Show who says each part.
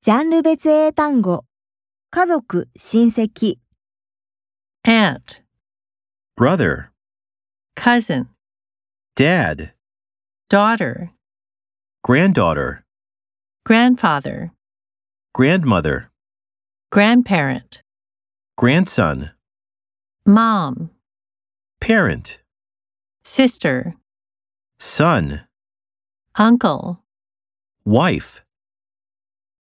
Speaker 1: ジャンル別英単語。家族、親戚、
Speaker 2: aunt,
Speaker 3: brother,
Speaker 2: cousin,
Speaker 3: dad,
Speaker 2: daughter,
Speaker 3: granddaughter,
Speaker 2: grandfather,
Speaker 3: grandmother,
Speaker 2: grandparent,
Speaker 3: grandson,
Speaker 2: mom,
Speaker 3: parent,
Speaker 2: sister,
Speaker 3: son,
Speaker 2: uncle,
Speaker 3: wife,